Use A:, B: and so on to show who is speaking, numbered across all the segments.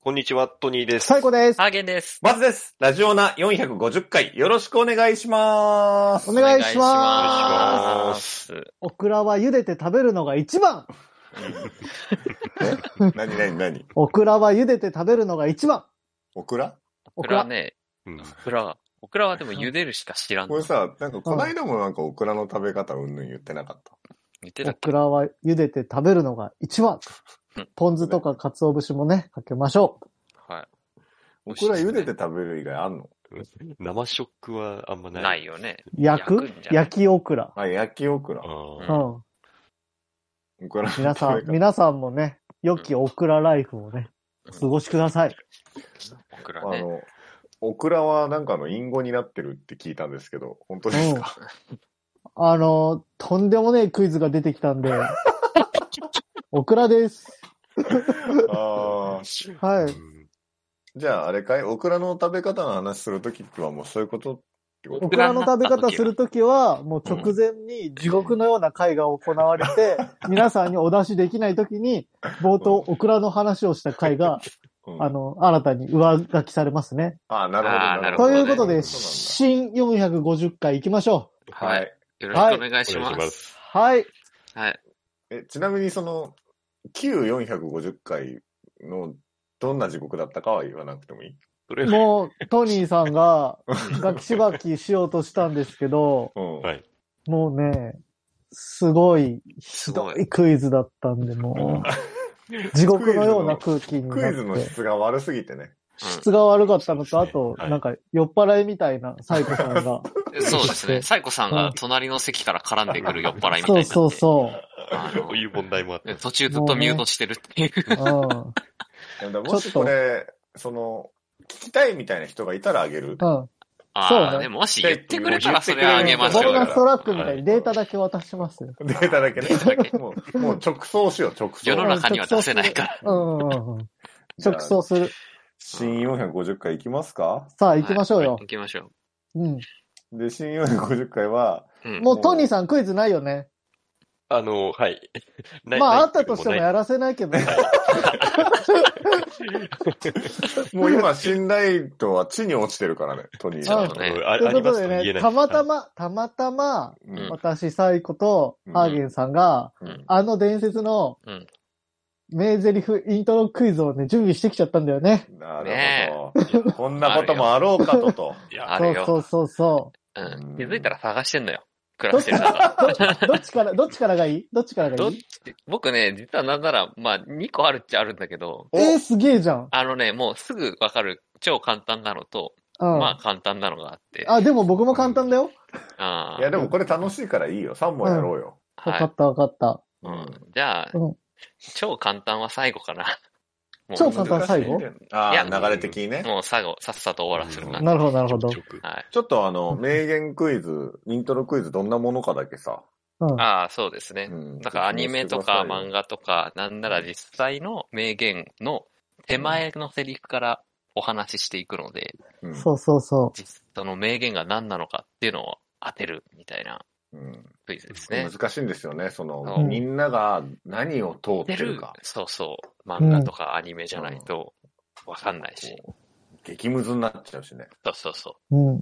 A: こんにちは、トニーです。
B: 最高です。
C: ハーゲンです。。
D: まずです。ラジオナ450回、よろしくお願いします。
B: お願
A: お
B: いし
A: 願いし
B: ま
A: ます
B: す。オクラは茹でて食べるのが一番
D: なになになに
B: オクラは茹でて食べるのが一番
D: オクラ
B: オ
C: オ
B: ク
C: ク
B: ラ
C: ラね、
A: うん
C: オクラ、オクラはでも茹でるしか知らん
D: こ。れさ、なんかこないだもなんかオクラの食べ方うんぬん言ってなかった。
C: 言って
B: オ
C: た。
B: クラは茹でて食べるのが一番
C: うん
B: ポン酢とか鰹節もね、かけましょ
C: は
D: オクラ茹でて食べる以外あんの
A: 生ショックはあんま
C: い。
A: ない。
C: ないよね。
B: う。焼く
C: 焼くんじゃない
B: 焼きオクラ。
D: あ、焼きオクラ
A: あ。ー。
C: う
B: うん。
D: オ クラの食べ
B: 皆 さん、
D: 方。
B: 皆さんもね、良きオクラライフをね、お過ごしください。
C: オクラ
D: あ
C: ね。
D: の、オクラはなんかの隠語になってるって聞いたんですけど、本当ですか
B: あの、とんでもねえクイズが出てきたん で、オクラです。
D: あー
B: は
A: う
B: い。
A: ん
D: じゃああれかいオクラの食べ方の話するときってはもうそういうことってこ
B: オ
D: と
B: クラの食べ方するときは、もう直前に地獄のような会が行われて、皆さんにお出しできないときに、冒頭、オクラの話をした会が、
D: うん
B: あの、新たに上書きされますね。
D: あー、なるほど。
C: あーなるほ
B: とい
C: どね
B: うことで、
D: そ
B: 新450回行きましょ
D: うなんだ
C: は
D: はい
C: い。。よろしくお願いし
A: お願
C: ま。
A: いします
B: う。はい。
C: はい。
D: え、ちなみにその、旧450回のどんな地獄だったかは言わなくてもいい
A: それは、
B: もう、トニーさんが、ガキしばきしようとしたんですけど、
D: うん。
A: はい
B: もうね、すごい、ひ
C: す
B: ど
C: ごい
B: いクイズだったんで、もう、地獄のような空気になって。
D: クイズの質が悪すぎてね。
B: 質が悪かったのと、
A: うん
B: あと、
A: はい
B: なんか、酔っ払いみたいな、サイコさんが。
C: そうですね。サイコさんが隣の席から絡んでくる酔っ払いみた
B: そ
C: いにな
B: う
C: って。
B: そうそ
C: あの
A: そういう問題もあって。
C: 途中ずっとミュートしてるっていう。
B: う。うん。
D: だからも
B: ちょ
D: し
B: っと
D: これ、その、聞きたいみたいな人がいたらあげる。
B: うん。
C: あ
B: そう
C: あ、
B: ね
C: ね、もし言ってくれたらそれあげましょう
B: ボーナ
C: よ
B: ス。トラックみたいにデータだけ渡しますよ。
D: データだけね
C: データだ。け
D: も う、もう直送しよう、直送。
C: 世の中には出せないから。
B: うんうんうん。
D: じゃあ
B: 直送する。
D: 新450回いきますか
B: さあ、行きましょうよ
C: はい。行きましょ
B: うん。
D: で、新450回は、
C: う。うん。
B: もうトニーさんクイズないよね。
A: あの、はい。な
B: まあ、
A: な
B: あ
A: い
B: ったとしてもやらせないけど。
D: もう今、信頼度は地に落ちてるから ね、トニー
C: ちょ
D: さ
C: っ
D: ん
C: と。
A: ない
C: ね。
A: ああ
B: とい
A: り
B: う
A: ま
B: こ
A: す
B: と
A: と
B: で
A: 言えな
B: ね、
A: い。
B: たまたま、たまたま、
D: うん
C: うん
B: 私、サイコと、ハーゲンさんが、
D: うん
B: あの伝説の
C: うん、
B: 名台詞イントロクイズをね、準備してきちゃったんだよね。
D: な
C: ね
D: るほど。こんなこともあろうかとと。
A: いや
C: あ
B: そ
C: る
B: う
C: よ。
B: そうそうそ
C: うん。気づいたら探してんのよ。暮らしてる 中。
B: う。どっちから、どっちからがいいどっちから
C: ど
B: が
C: っ
B: いい
C: ち、僕ね、実はなんなら、まあ、2個あるっちゃあるんだけど、
D: お
B: えー、すげえじゃん。
C: あのね、もうすぐわかる、超簡単なのと、
B: うん。
C: まあ簡単なのがあって、
B: あ、でも僕も簡単だよ。
C: あー
D: いや、でもこれ楽しいからいいよ。3本やろうよ。
B: わ
C: は
B: か
C: い
B: ったわかった。
C: うんじゃあ
B: うん、
C: 超簡単は最後かな。もう
B: 超簡単最後
D: あ
C: いや
D: あ、流れ的にね。
C: もう最後、さっさと終わらせるな。
A: うん
B: な
C: は
B: るほどなるほど
A: ち。ょくちょく
C: い。
D: ちょっとあの、名言クイズ、イントロクイズどんなものかだけさ。
B: うん。
C: ああ、そうですね
D: う。ん
C: だからアニメとか漫。画とか、なんなら実際の名言の手前のセリフからお話ししていくので、
D: うん
B: そうそうそ
C: 実その名言が何なのかっていうのを当てるみたいな
D: うん
C: クイズですね。
D: 難しいんですよね。そ
C: そ
D: の、
B: う。
D: みんなが何を通ってるか。
C: そうそう。漫画とかアニメじゃないとわかんないし。
D: こう激ムズになっちゃうしね。
C: そうそうそう
B: うん。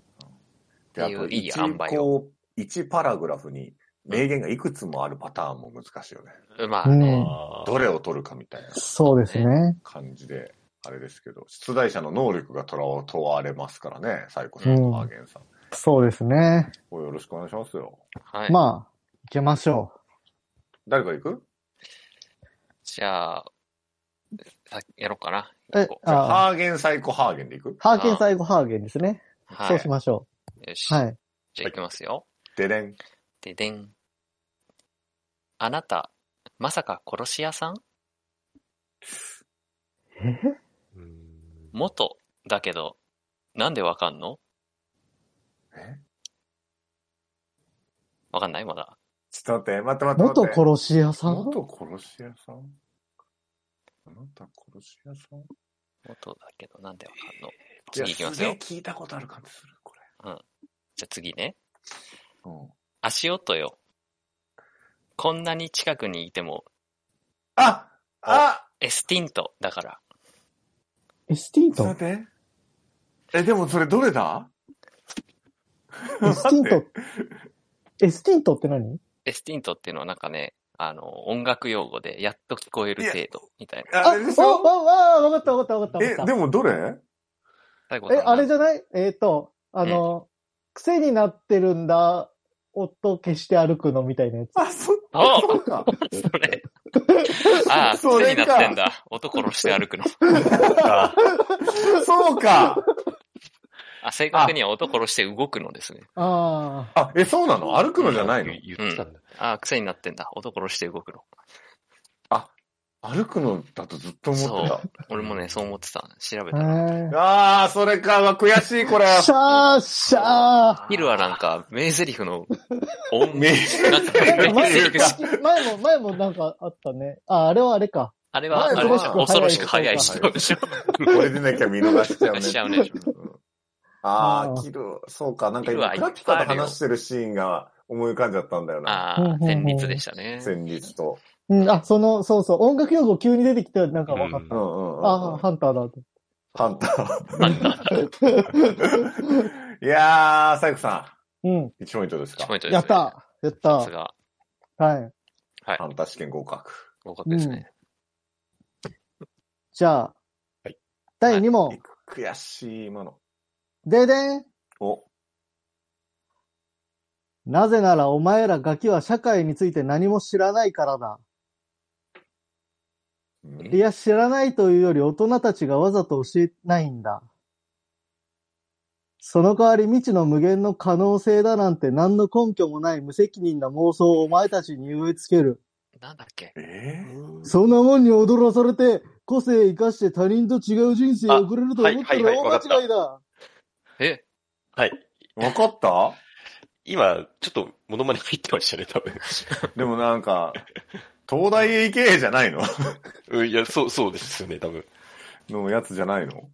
D: で、あと
C: いい
D: 一
C: 塩梅を
D: こう、1パラグラフに名言がいくつもあるパターンも難しいよね。
C: う。まあ
B: う
C: ね。
B: ん。
A: あー
D: どれを取るかみたいな
B: そうですね。
D: 感じで、あれですけど、出題者の能力がとらわ問われますからね。サイコさんとハーゲンさん。
B: そうですね。
D: およろしくお願いしますよ。
C: はい。
B: まあ、行きましょ
D: 誰から行く
C: じゃあ、さやろうかな。
B: う。え
C: 一個、
D: じゃあ
B: あ
D: ハーゲンサイコハーゲンでいく
B: ーハーゲン最後ハーゲンですね。
C: はい。
B: そうしましょ
C: よし。
B: う。はい。
C: じゃあいきますよ。
D: ででん。
C: ででん。あなた、まさか殺し屋さん
A: うん
C: 元だけど、なんでわかんの
D: え
C: わかんないまだ。
D: ちょっと待って、待って待って
B: 元
D: 待って。
B: 殺し屋さん
D: 元殺し屋さんあなた殺し屋さん
C: 元だけど、なんでわかんの
D: いや
C: 次いきますよ
D: すげえ聞いたことある感じする、こ
C: じゃあ次ね。
D: れ。うん。
C: 足音よ。こんなに近くにいても、
D: ああ
C: エスティントだから。
B: エスティン
D: ちょ
B: ト
D: っ
B: ン
D: と待って。え、でもそれどれだ
B: エスティント。エスティントって何
C: エスティントっていうのはなんかね、あの、音楽用語で、やっと聞こえる程度、みたいな。
D: あれでし
B: あ
D: ょ
B: あ、あわかったわかったわかったわ
D: え
B: か、っ
D: でもどれ
C: 最後
B: た。え、あれ
C: じ
B: じゃないえっ、と、あの、癖になってるんだ、音消して歩くのみたいなやつ。
D: あ、そっ
C: あ
D: か。そうか
C: ゃそれ。ああ、
D: そ
C: 癖
D: れ
C: に
D: か
C: なってんだ。音殺して歩くの。
A: あ
D: そうか。
C: あ、正確には音殺して動くのですね。
B: あ
D: あ、え、そうなの歩くのじゃないの
A: 言ってたんだ。
C: ああ、癖になってんだ。音殺して動くの。
D: 歩くのだとずっと思ってた。
C: 俺もね、そう思ってた。調べ
B: あ。
C: たら。
B: へ
D: ああ、それか。うわ悔しい、これ。
B: え。シャーシャー
C: ヒルはなんか、名台詞の音、
D: 名
C: なんか
B: 前
C: 名台詞が
B: も前も、前もなんかあったね。あ、あれはあれか。
C: あれは、あ
D: 前
C: れは
D: 恐ろしく早い
C: 恐ろしく早い人でしょ。
D: これでなきゃ見逃しちゃうね。
C: しちゃうね
D: うんあ
B: あ
D: あ、
B: ー
D: キル、そうか。なんか
C: キルは
D: 今、
C: いっ
D: ク
C: ぱいあ
D: ラ
C: る
D: ピ
C: よ
D: カと話してるシーンが思い浮かんじゃったんだよな。
C: ああ、旋律でしたね。
D: 旋律と。
B: うん、あ、その、そうそう。音楽用語急に出てきて、なんかわかった。
D: うんうんうん。
B: あ、ハンターだと。
D: ハンター。いやー、サイクさ
B: うん。
D: ん、1ポイントですか
C: 1ポイントですね。
B: やったやっ
C: さす
B: た
C: が、
B: はい。
D: ハンター試験合格。
C: 合格ですね。
B: じゃあ、
A: はい
B: 第2問。
D: 悔しい、今の。
B: ででん
D: お、
B: なぜならお前らガキは社会について何も知らないからだ。いや、知らないというより大人たちがわざと教えないんだ。その代わり未知の無限の可能性だなんて何の根拠もない無責任な妄想をお前たちに植え付ける。
C: なんだっけ
D: え
B: そんなもんに踊らされて、個性生かして他人と違う人生を送れると思った
A: あはい
B: ら
A: はいはい
B: 大間違いだ。
C: え
A: はい。
D: ー、わかった
A: 今、ちょっと、モノマネ入ってましたね、多分。
D: でもなんか、東大へ行けじゃないの
A: うんいや、そう、そうですよね、多分。
D: のやつじゃないの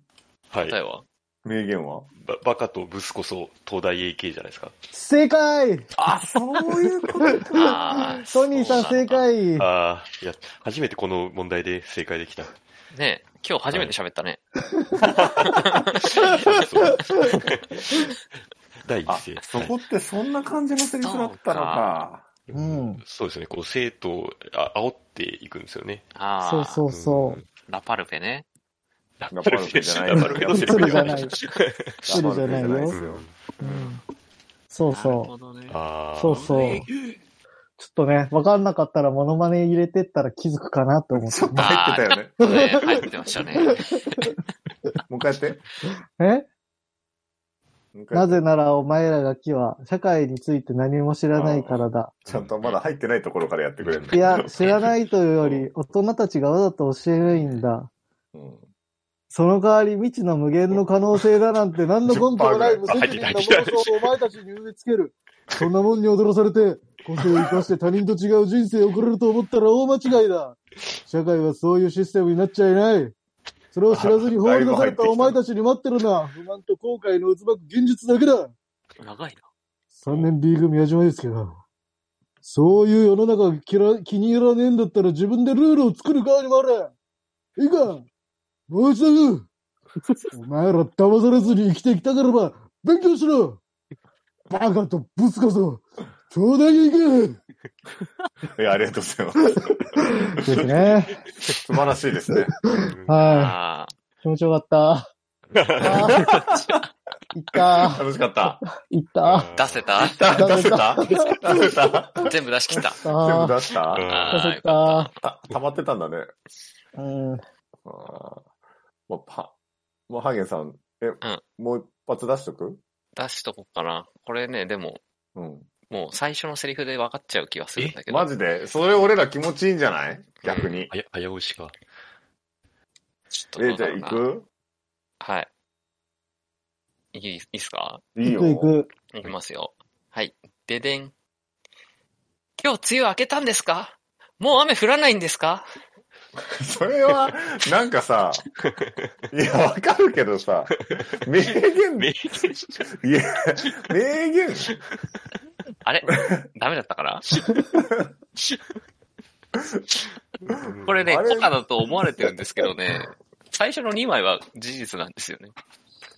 A: はい。
C: 答えは
D: 名言は。
A: ばバカとブスこそ、東大 AK じゃないですか。
B: 正解
D: あ、そういうこと
C: あー
B: ソニーさん
C: そう
B: 正
C: なだ
B: 解
A: ああ、いや、初めてこの問題で正解できた。
C: ねえ今日初めて喋ったね。
A: そう第一
D: あ
A: 声、。
D: そ
A: はい
D: こってそんな感じのセリフだったのか。
B: うん。
A: そうですね、こう、生徒をあ煽っていくんですよね。
C: ああ、
B: そうそうそう。
C: ラパルフェね。
A: ラ
D: ラパルフェじゃない
A: ラパルフェのセリフでは
B: ラパルフェ
D: ラパルフェ
B: そうじゃないよ
D: で
A: う
D: すよ
A: ん
B: うんそう
C: なる
B: そ
C: ほどね
A: あ。あ。
B: そうそう
A: はい
B: ちょっとね、わかんなかったらモノマネ入れてったら気づくかなと思って
D: ちょっと入ってたよね。
C: ね入ってましたね。
D: もう一回やって。
B: え
D: もう一回や
B: な
D: って
B: ぜならお前らが木は社会について何も知らないからだ。
D: ちゃんとまだ入ってないところからやってくれる
B: いや、知らないというより大人たちがわざと教えないんだ。
D: の。
B: その代わり未知の無限の可能性だなんて何の根拠もない無責任な妄想をお前たちに植え付ける。そんなもんに踊らされて、個性を生かして他人と違う人生を送れると思ったら大間違いだ。社会はそういうシステムになっちゃいない。それを知らずに放り出されたお前たちに待ってるな。不満と後悔の渦巻く現実だけだ。
C: 長いな。
B: 3年 B 組矢島ですけど、そういう世の中がきら気に入らねえんだったら自分でルールを作る側にもあれいいかもう一度 言うお前ら騙されずに生きてきたからば勉強しろバカとブスこそ東大へ行
D: うん。いや、ありがとうございます。
B: けですね。
D: 素晴らしいですね。
B: は
C: あ
B: い。気持ちよ かった。あーいった
D: 楽しかった。
B: いった。
C: あ、出せた
D: 出せた出せた出せた
C: 全部出し切った。
D: 全部
B: あ
D: 出した
A: あ
C: あ
B: ー
C: あ、
B: 出せた。
D: た溜まってたんだね。
B: うん。
D: あーまあ、パ、まあ、ハーゲンさん、え、
C: ん
D: もう一発出しとく
C: 出しとこうかな。これね、でも、
D: うん。
C: もう最初のセリフで分かっちゃう気はするんだけど。
D: マジでそれ俺ら気持ちいいんじゃない逆に。
A: 早早押しか。
C: ちょっとど
D: え、
C: う
D: じ
C: だ
D: ゃあ
C: ろう
D: 行
C: な
D: く
C: はい。いい、いいっすか
D: いい
B: 行
D: よ。
B: く行く。
C: いきますよ。はい。ででん。今日梅雨明けたんですかもう雨降らないんですか
D: それは、なんかさ、いや、わかるけどさ、名言、
A: 名
D: い
A: 言
D: や、名言、
C: あ れダメだったかなこれね、
D: あれ
C: コカだと思われてるんですけどね、 最初の2枚は事実なんですよね。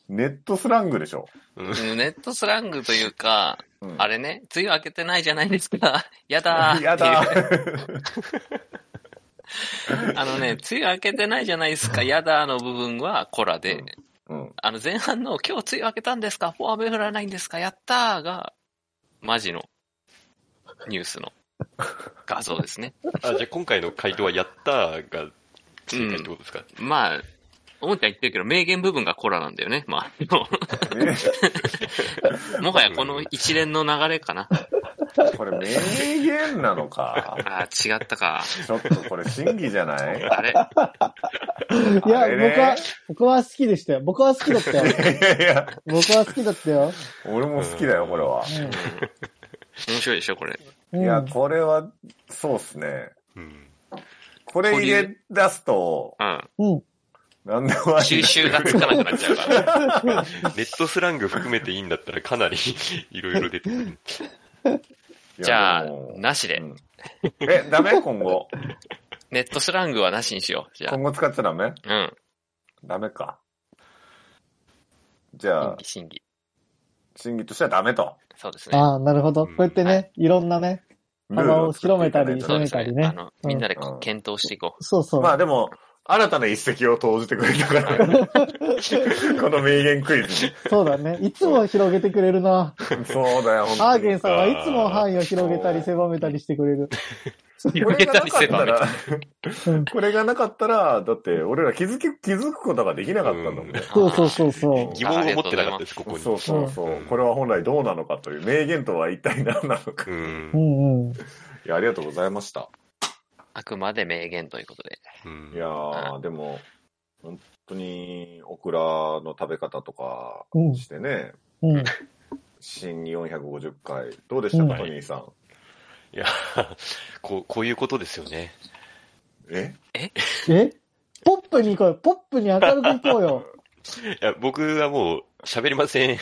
D: ネットスラングでしょ。
A: うん
C: ネットスラングというか、
D: うん
C: あれね、梅雨明けてないじゃないですか。やだー。
D: やだ
C: っていう。 あのね、梅雨明けてないじゃないですか。やだーの部分はコラで、
D: うんうん。
C: あの前半の今日梅雨明けたんですかフォア雨降らないんですかやったーが、マジのニュースの画像ですね。
A: あ、じゃあ今回の回答はやったーが正解ってことですか、
C: まあ、思っては言ってるけど、名言部分がコラなんだよね。まあ、も
D: ね
C: うもはやこの一連の流れかな。
D: これ名言なのか。
C: ああ、違ったか。
D: ちょっとこれ審議じゃない
C: あれ
B: いや、
D: あれね
B: 僕は、僕は好きでしたよ。僕は好きだったよ。
D: いやいや、
B: 僕は好きだったよ。
D: 俺も好きだよ、これは。
C: 面白いでしょ、これ。
B: うん
D: いや、これは、そうっすね。
A: うん。
D: これ入れ出すと、
C: うん。
B: うん。
D: なんでもあり
C: 収集がつかなくなっちゃう から。
A: ネットスラング含めていいんだったらかなり いろいろ出てくる。
D: いや
C: じゃあ
D: でも、
C: なしで
D: う。んえ、ダメ今後。
C: ネットスラングはなしにしよう。じゃ
D: 今後使っちゃダメ
C: あ。うん。
D: ダメか。じゃあ
C: 審議、、審議。
D: 審議としてはダメと。
C: そうですね。
B: ああ、なるほど。こうやってね、いろんなね、幅を広めたり
D: ルールを
C: そう
D: 作っていかな
B: 攻め
C: です
D: いと
B: たり
C: ね。
B: ね
C: あの、みんなでこ
D: うん
C: 検討していこ
B: そうそう。
D: まあでも、新たな一石を投じてくれたから、 この名言クイズ
B: そうだね。いつも広げてくれるな。
D: に。そうだよ、本
B: アー
D: 当に
B: ゲンさんはいつも範囲を広げたり狭めたりしてくれる。
C: う。
D: これが
C: 広げた
D: なかった
C: り狭めた
D: ら
C: り、
B: うん
D: これがなかったら、だって俺ら気づき、気づくことができなかったんだもんね。
B: そうそうそうそう。
A: 疑問を持ってなかったです、ここに。
D: そうそうそう、
A: うん
D: これは本来どうなのかという、名言とは一体何なの
A: う
D: か。い
A: ん
B: う。んうん。
D: や、ありがとうございました。
C: あくまで名言ということで。
A: うん
D: いやー、でも、本当に、オクラの食べ方とか
B: うん
D: してね、
B: うん。
D: 新450回、どうでした
B: う
D: か、
A: ん
D: トニーさん。
A: いや、 こう、こういうことですよね。
D: え
B: えポップに行こうよ。ポップに明るく行こうよ。
A: いや、僕はもう喋りません。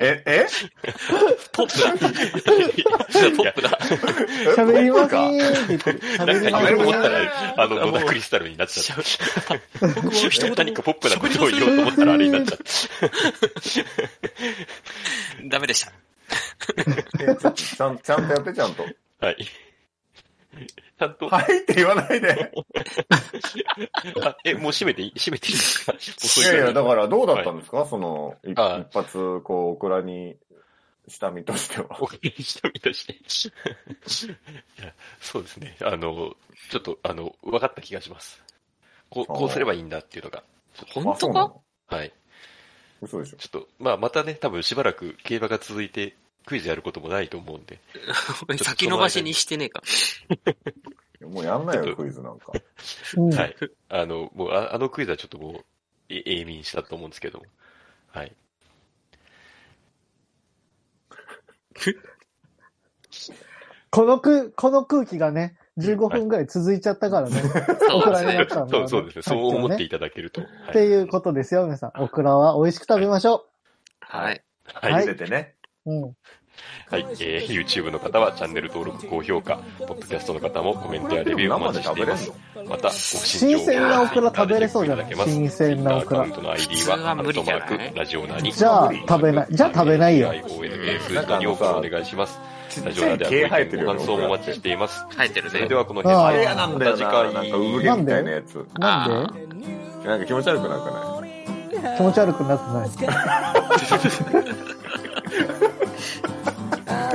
D: ええ
C: ポップだ。 ポップだ。
B: 喋りませんって言ってる。
A: な
B: 喋
A: んか
B: りま
A: 言おうと思った
B: せん。
A: ら、あの、野田クリスタルになっちゃった。
C: 僕も一言
A: 何かポップなことを言おうと思ったらあれになっちゃった。
C: も ダメでした。
D: えちょちゃん、ちゃんとやって、ちゃんと。
A: はい。ちゃんと、
D: はい って言わないで。
A: あえ、もう閉めていい閉めていいですかもう
D: い
A: そう
D: やいや、だ
A: ら。
D: からどうだったんですか、その、い一
A: あ
D: 発、こう、オクラに、下見としては。
A: お気にしたみたして。いやそうですね。あの、ちょっと、あの、分かった気がします。こう、こうすればいいんだっていうのが。
C: 本
D: あ
C: 当
D: そうな
C: か
D: の
A: はい。
D: 嘘でしょ。
A: ちょっと、まあ、またね、多分しばらく競馬が続いて、クイズやることもないと思うんで。
C: 先延ばしにしてねえか。
D: もうやんな
A: ちょ
D: よ、
A: っと
D: クイズなんか。
B: うん
A: はい。あの、もう、ああのクイズはちょっともう、え永眠したと思うんですけども。はい。
B: このく、この空気がね、15分ぐらい続いちゃったからね。
C: そ
B: オ
C: う
B: ク
C: で
B: ラ
C: す
B: にな
C: ね
B: っ。たん だ
A: そ
B: よね
A: うそうですね。そう思っていただけると。
B: っ
A: は
B: ていうことですよ、皆さん。オクラは美味しく食べましょ
C: はい。
A: はい。
B: は
A: はいい。
D: 出てね。
B: う。うん。
A: えー YouTube の方はチャンネル登録、高評価、ポッドキャストの方もコメントやレビューお待ちしています。また、ご
B: 新鮮なオクラ食べれそうじゃない
A: ご心情をお
B: 新
A: 寄せい
B: 鮮
A: ただけま
B: な
A: す
B: オクラ
A: アカウントの ID
C: 普通
A: は、
C: は
A: ア
C: 無
A: ッ
C: 理
A: ト
C: じ
A: マ
C: ゃない
A: ーク、ラジオナに。
B: じゃあ食べないじゃあ食べないよ
A: IONA 数字の2をお願いします。ラジオナでは
D: 毛
A: ご
D: 生
A: 意
D: えてる
A: 見、
D: よ
A: ご感想もお待ちしています。
C: 生えてる
A: それ
C: ね
A: で。はこの辺
B: あー
A: で。
D: あれやなんだよ
A: また
D: な。
A: 次
D: な
A: 回
D: んか産毛みたいなやつ。
B: なんで
D: なんか気持ち悪くなくない
B: 気持ち悪くなくない